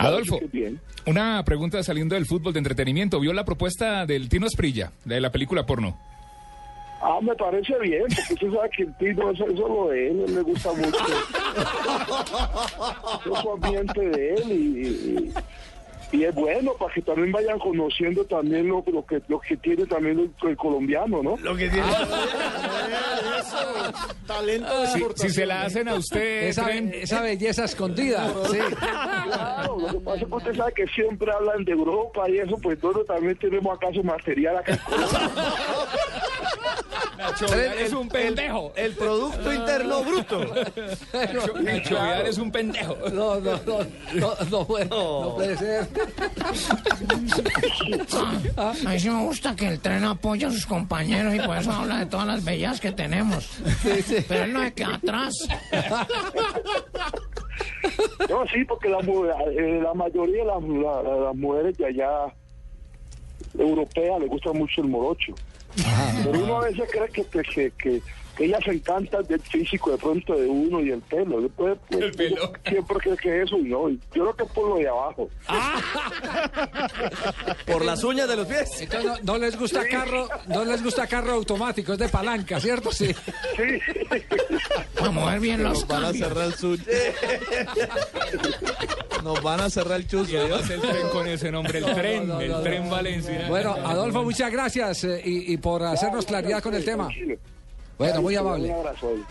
Adolfo, una pregunta saliendo del fútbol de entretenimiento. ¿Vio la propuesta del Tino Esprilla, la de la película porno? Ah, me parece bien, porque usted sabe que el Tino, eso, eso lo de él, él me gusta mucho. Eso es su ambiente de él y, y- y es bueno para que también vayan conociendo también lo, lo que lo que tiene también el, el colombiano, ¿no? Si, si se la hacen a usted, Esa, tren- esa belleza escondida. Sí. Claro, lo que pasa es que usted sabe que siempre hablan de Europa y eso, pues nosotros también tenemos acaso material acá. en Colombia. Nacho Vidal es un pendejo. El Producto Interno Bruto. Nacho Vidal es un pendejo. No, no, no, no, no puede, no puede ser. A mí sí me gusta que el tren apoya a sus compañeros y por eso habla de todas las bellas que tenemos. Pero él no se queda atrás. No, sí, porque la, mu- eh, la mayoría de las, la- la- las mujeres de allá europeas les gusta mucho el morocho. Pero uno a veces cree que, que, que, que- que ellas se encantan del físico de pronto de uno y el pelo. Después, pues, El pelo. Siempre cree que eso y no. y Yo creo que es por lo de abajo. Por las uñas de los pies. Entonces, no, no les gusta carro, no les gusta carro automático, es de palanca, ¿cierto? Sí. Sí. Para mover bien los Nos van a cambios. cerrar el sur. Nos van a cerrar el chuzo. Además, el tren con ese nombre, el tren, no, el no, tren no. Valencia. Bueno, Adolfo, muchas gracias eh, y, y por hacernos claridad con el tema. Tranquilo. Bueno, muy Un amable. abrazo.